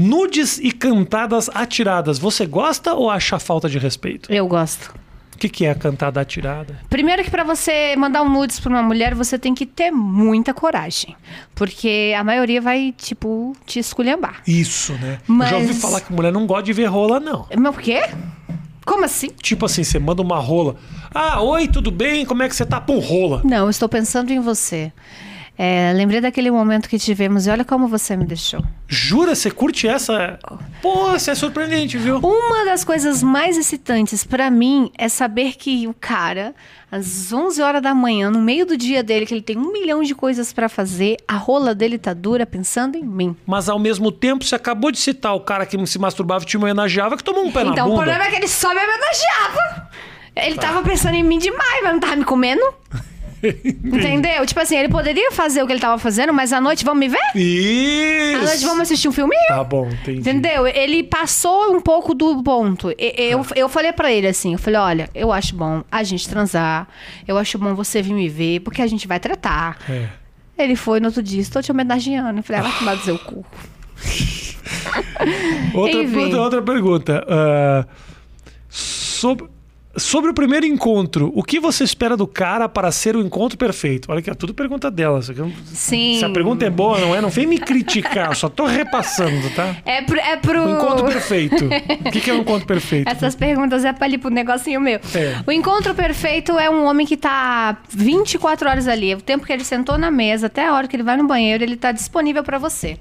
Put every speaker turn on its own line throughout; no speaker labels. Nudes e cantadas atiradas. Você gosta ou acha falta de respeito?
Eu gosto.
O que, que é a cantada atirada?
Primeiro que pra você mandar um nudes pra uma mulher, você tem que ter muita coragem. Porque a maioria vai, tipo, te esculhambar.
Isso, né? Eu já ouvi
Mas-
falar que mulher não gosta de ver rola, não.
Mas o quê? Como assim?
Tipo assim, você manda uma rola. Ah, oi, tudo bem? Como é que você tá? Pum, rola.
Não, eu estou pensando em você. É, lembrei daquele momento que tivemos e olha como você me deixou.
Jura? Você curte essa? Pô, você é surpreendente, viu?
Uma das coisas mais excitantes pra mim é saber que o cara, às 11 horas da manhã, no meio do dia dele, que ele tem um milhão de coisas pra fazer, a rola dele tá dura pensando em mim.
Mas ao mesmo tempo, você acabou de citar o cara que se masturbava e te homenageava que tomou um pé na
então o
bunda. Tá.
problema é que ele só me homenageava. Ele tava pensando em mim demais, mas não tava me comendo. Entendeu? Tipo assim, ele poderia fazer o que ele tava fazendo, mas à noite vamos me ver? À noite
Isso.
vamos assistir um filminho?
Tá bom, entendi.
Entendeu? Ele passou um pouco do ponto. E- Eu,
Tá.
eu falei pra ele assim, eu falei, olha, eu acho bom a gente transar, eu acho bom você vir me ver, porque a gente vai tratar.
É.
Ele foi no outro dia, estou te homenageando. Eu falei, ah, vai tomar do seu cu.
Outra,
Enfim.
pergunta- outra pergunta. Ah, sobre, sobre o primeiro encontro, o que você espera do cara para ser o encontro perfeito? Olha que é tudo pergunta dela. isso aqui não-
Sim.
Se a pergunta é boa, não é? Não vem me criticar, eu só tô repassando, tá?
É pro... É pro...
O encontro perfeito. O que, que é um encontro perfeito?
Essas perguntas é pra ali pro negocinho meu.
É.
O encontro perfeito é um homem que tá 24 horas ali. O tempo que ele sentou na mesa, até a hora que ele vai no banheiro, ele tá disponível pra você.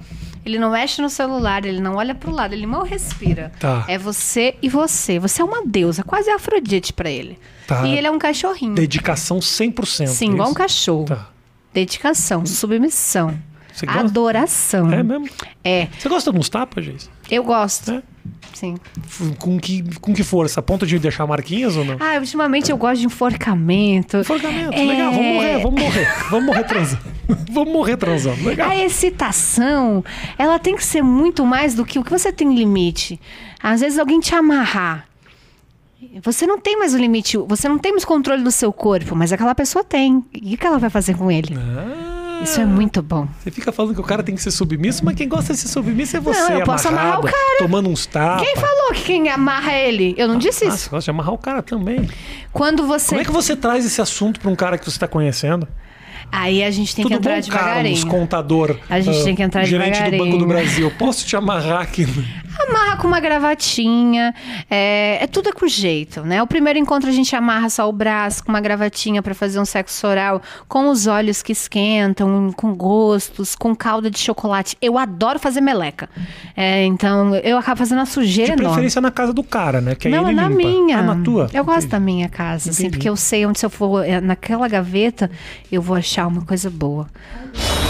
Ele não mexe no celular, ele não olha pro lado, ele mal respira.
Tá.
É você e você. Você é uma deusa, quase Afrodite pra ele.
Tá.
E ele é um cachorrinho.
Dedicação 100%.
Sim, igual um
é isso?
cachorro.
Tá.
Dedicação, submissão,
Você gosta?
adoração.
É mesmo?
É,
Você gosta de uns tapas, Geis?
eu gosto.
É?
Sim.
F- Com que, com que força? A ponto de deixar marquinhas ou não?
Ah, ultimamente eu gosto de enforcamento.
Enforcamento,
É.
legal, vamos morrer, vamos morrer. Vamos morrer transando. vamos morrer transando, legal.
A excitação, ela tem que ser muito mais do que o que você tem limite. Às vezes alguém te amarrar. Você não tem mais o limite, você não tem mais controle do seu corpo, mas aquela pessoa tem. E o que ela vai fazer com ele?
Ah,
Isso é muito bom.
Você fica falando que o cara tem que ser submisso, mas quem gosta de ser submisso é você,
eu posso
amarrada,
amarrar o cara.
tomando uns tapas.
Quem falou que quem amarra ele? Eu não disse
Ah,
isso.
você gosta de amarrar o cara também.
Quando você.
Como é que você traz esse assunto pra um cara que você tá conhecendo?
Aí a gente tem que
Tudo
entrar
bom, Carlos,
devagarinho.
contador,
A gente
ah,
tem que entrar
gerente do Banco do
devagarinho.
Brasil. Posso te amarrar aqui?
Amarra com uma gravatinha. É, é tudo é com jeito, né? O primeiro encontro a gente amarra só o braço com uma gravatinha pra fazer um sexo oral, com os olhos que esquentam, com gostos, com calda de chocolate. Eu adoro fazer meleca. É, então, eu acabo fazendo uma
De
sujeira enorme.
preferência na casa do cara, né? Que aí
é Não, é
ele
na
limpa.
minha.
Ah, na tua?
Eu gosto
Entendi.
da minha casa, assim,
Entendi.
porque eu sei onde se eu for é, naquela gaveta, eu vou achar uma coisa boa.